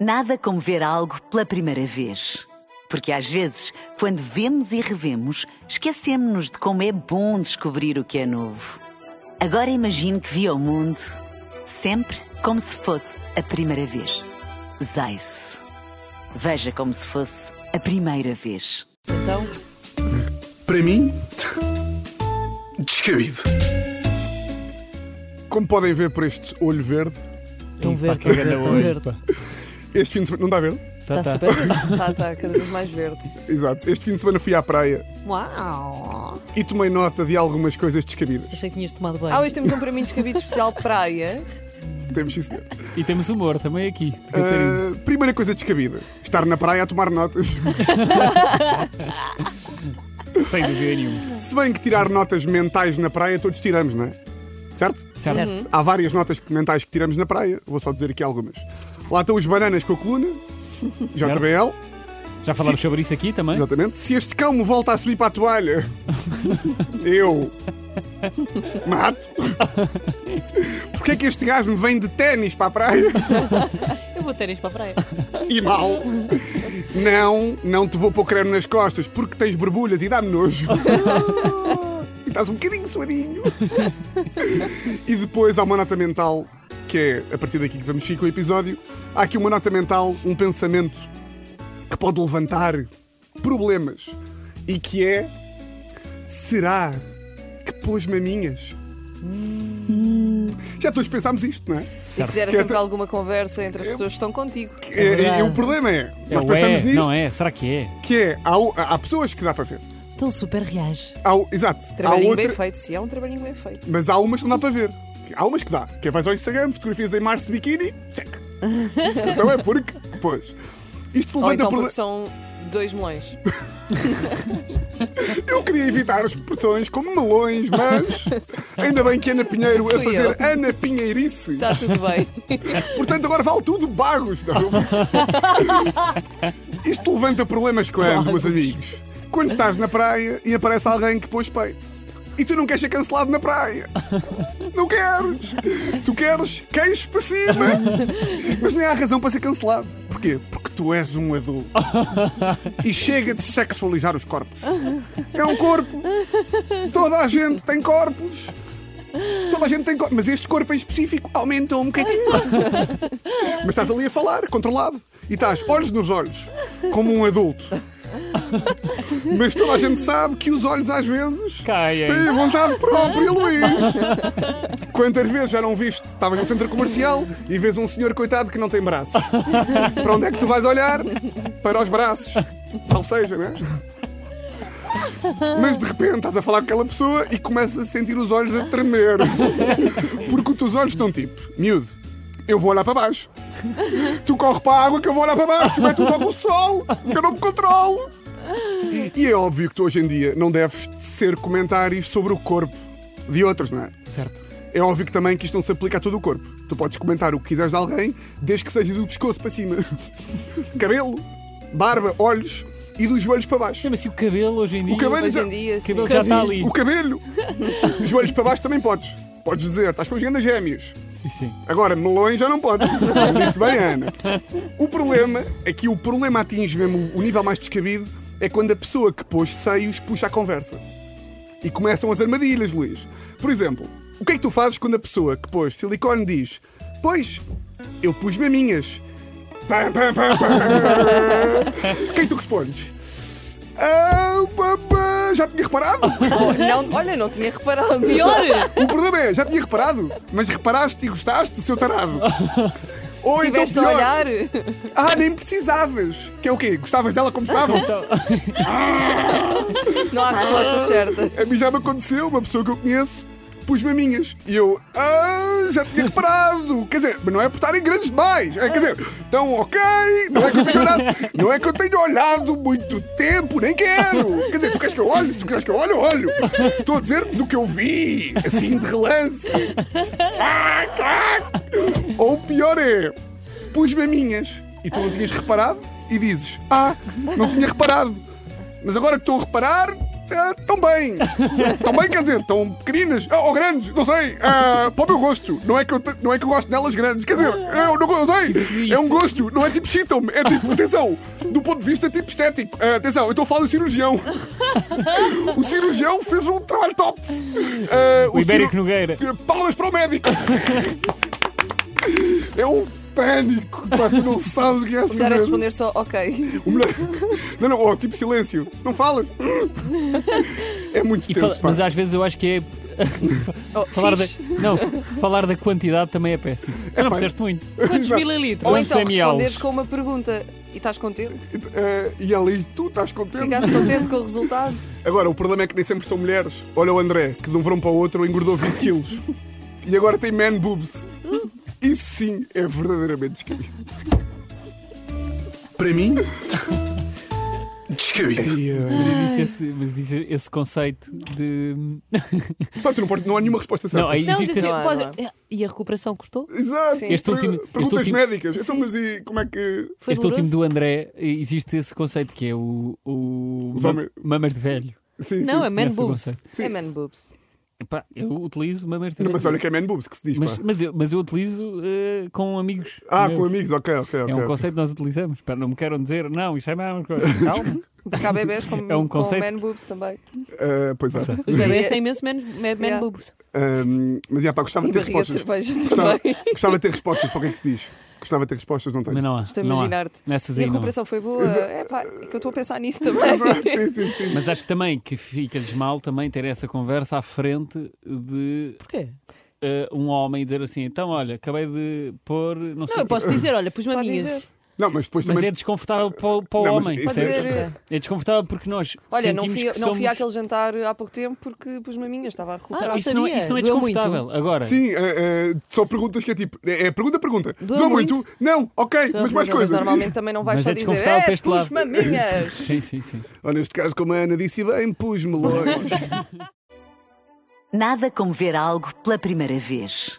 Nada como ver algo pela primeira vez. Porque às vezes, quando vemos e revemos, esquecemos-nos de como é bom descobrir o que é novo. Agora imagine que viu o mundo sempre como se fosse a primeira vez. Zais. Veja como se fosse a primeira vez. Então, Para mim, descabido. Como podem ver por este olho verde, tão Ih, pá, verde, que tão verde, grande tão olho, verde. pá. este fim de semana. Não está a ver? Tá, Está tá. super verde. Está, está cada vez mais verde. Exato. Este fim de semana fui à praia Uau! e tomei nota de algumas coisas descabidas. Achei que tinhas tomado banho. Ah, hoje temos um para mim descabido especial praia. Temos sim, senhor. E temos humor também aqui. Catarina. Ah, primeira coisa descabida: estar na praia a tomar notas. Sem dúvida nenhuma. Se bem que tirar notas mentais na praia, todos tiramos, não é? Certo? Uhum. Certo? Há várias notas mentais que tiramos na praia, vou só dizer aqui algumas. Lá estão os bananas com a coluna, JBL, Já falámos sobre isso aqui também? exatamente. Se este cão me volta a subir para a toalha, eu mato. Porquê é que este gajo me vem de ténis para a praia? Eu vou ter isto para a praia. E mal. Não, não te vou pôr creme nas costas porque tens borbulhas e dá-me nojo. e estás um bocadinho suadinho. e depois há uma nota mental, que é a partir daqui que vamos seguir com o episódio. Há aqui uma nota mental, um pensamento que pode levantar problemas. E que é: será que pôs maminhas? Hum. Já todos pensámos isto, não é? E que gera Que é sempre tra- alguma conversa entre as pessoas que estão contigo. É, é, o problema é, É nós o pensamos é, nisto. Não é? Será que é? que é, há, há pessoas que dá para ver. Estão super reais. Há, o- exato. Há Trabalhinho bem outra, feito, sim, é um trabalhinho bem feito. mas há umas que não dá para ver. Há umas que dá. Que é, vais ao Instagram, fotografias em março de biquíni, check. então é porque, pois. Isto Ou levanta então problema. porque são dois melões. Eu queria evitar as expressões como melões, mas ainda bem que Ana Pinheiro a Fui Tá fazer Ana Pinheirice. Está tudo bem. Portanto, agora vale tudo bagos. Não? Isto levanta problemas quando, meus amigos? Quando estás na praia e aparece alguém que pôs peito. E tu não queres ser cancelado na praia. Não queres. Tu queres queixo para cima. Mas nem há razão para ser cancelado. Porquê? Porque tu és um adulto. E chega de sexualizar os corpos. É um corpo. Toda a gente tem corpos. Toda a gente tem corpos. Mas este corpo em específico aumentou um bocadinho. Mas estás ali a falar, controlado. E estás olhos nos olhos, como um adulto. Mas toda a gente sabe que os olhos às vezes Caem. têm vontade própria, Luís. Quantas vezes já não viste? Estavas num centro comercial e vês um senhor coitado que não tem braços. Para onde é que tu vais olhar? Para os braços. Ou seja, não é? Mas de repente estás a falar com aquela pessoa e começas a sentir os olhos a tremer. Porque os teus olhos estão tipo, miúdo, eu vou olhar para baixo. Tu corre para a água que eu vou olhar para baixo, tu metes os olhos no sol, que eu não me controlo. E é óbvio que tu hoje em dia não deves ser comentários sobre o corpo de outros, não é? Certo. É óbvio que também que isto não se aplica a todo o corpo. Tu podes comentar o que quiseres de alguém, desde que seja do pescoço para cima. Cabelo, barba, olhos e dos joelhos para baixo. Não, É, mas se o cabelo hoje em dia. cabelo- Hoje em dia, o sim. cabelo já tá- está ali. O cabelo, os joelhos para baixo também podes. Podes dizer, estás com os grandes gêmeos. Sim, sim. Agora, melões já não podes. Disse bem, a Ana. O problema é que o problema atinge mesmo o nível mais descabido é quando a pessoa que pôs seios puxa a conversa. E começam as armadilhas, Luís. Por exemplo, o que é que tu fazes quando a pessoa que pôs silicone diz Pois, eu pus maminhas. Pam, pam, pam, pam. o que é que tu respondes? Ah, pam, pam. já tinha reparado? Oh, não, olha, não tinha reparado. Pior! O problema é, já tinha reparado, mas reparaste e gostaste, seu tarado. Ou então Tiveste pior, a olhar. ah, nem precisavas. Que é o quê? Gostavas dela como estava? Não há Ah. resposta certa. A mim já me aconteceu, uma pessoa que eu conheço pus maminhas. E eu, ah, já tinha reparado. Quer dizer, mas não é por estarem grandes demais. É, quer dizer, então, ok, não é que eu tenho olhado, não é que eu tenho olhado muito tempo, nem quero. Quer dizer, tu queres que eu olhe? Se tu queres que eu olhe, eu olho. Estou a dizer do que eu vi, assim, de relance. Ah, ah. Ou pior é, pus maminhas e tu não "Ah, tinhas reparado e dizes, ah, não tinha reparado. Mas agora que estou a reparar, Ah, tão bem! tão bem, quer dizer, tão pequeninas, ah, ou grandes, não sei, Ah, para o meu gosto. Não é, que eu te- não é que eu gosto delas grandes, quer dizer, Ah. eu não, não sei, é um gosto, não é tipo chitam-me, é tipo, atenção, do ponto de vista tipo estético. Ah, atenção, eu estou a falar do cirurgião. o cirurgião fez um trabalho top. Ah, O Ibérico ciru- Nogueira. Palmas para o médico! é um pânico! Pá, tu não sabes o que é esta O melhor é merda. responder só ok. O melhor- Não, não, oh, tipo silêncio. Não falas. É muito E tenso, fala- pá. mas às vezes eu acho que é. Oh, Falar da, fixe. não, falar da quantidade também é péssimo. Eu não pá. percebeste muito. Quantos Exato. mililitros? Ou Quantos então ml? responderes com uma pergunta e estás contente? Eh, e ali, tu estás contente? Ficaste contente com o resultado? Agora, o problema é que nem sempre são mulheres. Olha o André, que de um verão para o outro engordou 20 quilos. e agora tem man boobs. Isso sim é verdadeiramente descabido. Para mim, descabido. E, eh, Mas um- existe esse, mas existe esse conceito de. pá, tu não, podes, não há nenhuma resposta certa. Não, aí Não, existe dizia, esse. não é, pode- não E a recuperação custou? Exato. Sim. Este Per- último- este Perguntas último- médicas. Então, mas e como é que. Foi este último doloroso? do André, eh, existe esse conceito que é o. o Os ma- homens- mamas de velho. Sim, Não, sim, é sim. man Esse é o boobs. conceito. É man boobs. Epá, eu utilizo mamas de Não, velho. Mas olha que é man boobs que se diz, mas, pá. mas eu, mas eu utilizo eh, com amigos. Ah, meus. com amigos, ok, ok, ok. É um ok. Eh, conceito que nós utilizamos. Para não me queiram dizer, não, isto é a mesma coisa. Calma. Porque há bebês com, É um com conceito. man boobs também. Eh, pois é. Os bebês têm imenso menos man, man Yeah. boobs. Ahm, mas já, pá, gostava E de ter barriga de respostas. cerveja Gostava, também. gostava de ter respostas para o que é que se diz. Gostava de ter respostas, não tenho. Mas não há. Estou a não há. imaginar-te. Nessas E a aí não há. recuperação foi boa. É pá, é que eu estou a pensar nisso também. Exato, É sim, sim, sim. Mas acho que também que fica-lhes mal também ter essa conversa à frente de Porquê? eh, um homem dizer assim, então olha, acabei de pôr. Não sei Não, eu o quê." posso dizer, olha, pus Pode maminhas. dizer. Não, mas depois Mas também. é desconfortável para o, para o Não, mas homem. isso Pode é- percebes? dizer. É desconfortável porque nós. Olha, não sentimos fui, que não fui somos- àquele jantar há pouco tempo porque pus maminhas, estava a recuperar. Ah, não isso, não, sabia. isso não é Doeu muito. desconfortável. Agora, Sim, eh, eh, só perguntas que é tipo. É, é pergunta, pergunta. Doeu muito? Não, ok, mas mais Não, mas coisa. normalmente também não vais mas só é dizer desconfortável para é, este pus lado. maminhas. Sim, sim, sim. Olha, neste caso, como a Ana disse bem, pus melões. Nada como ver algo pela primeira vez.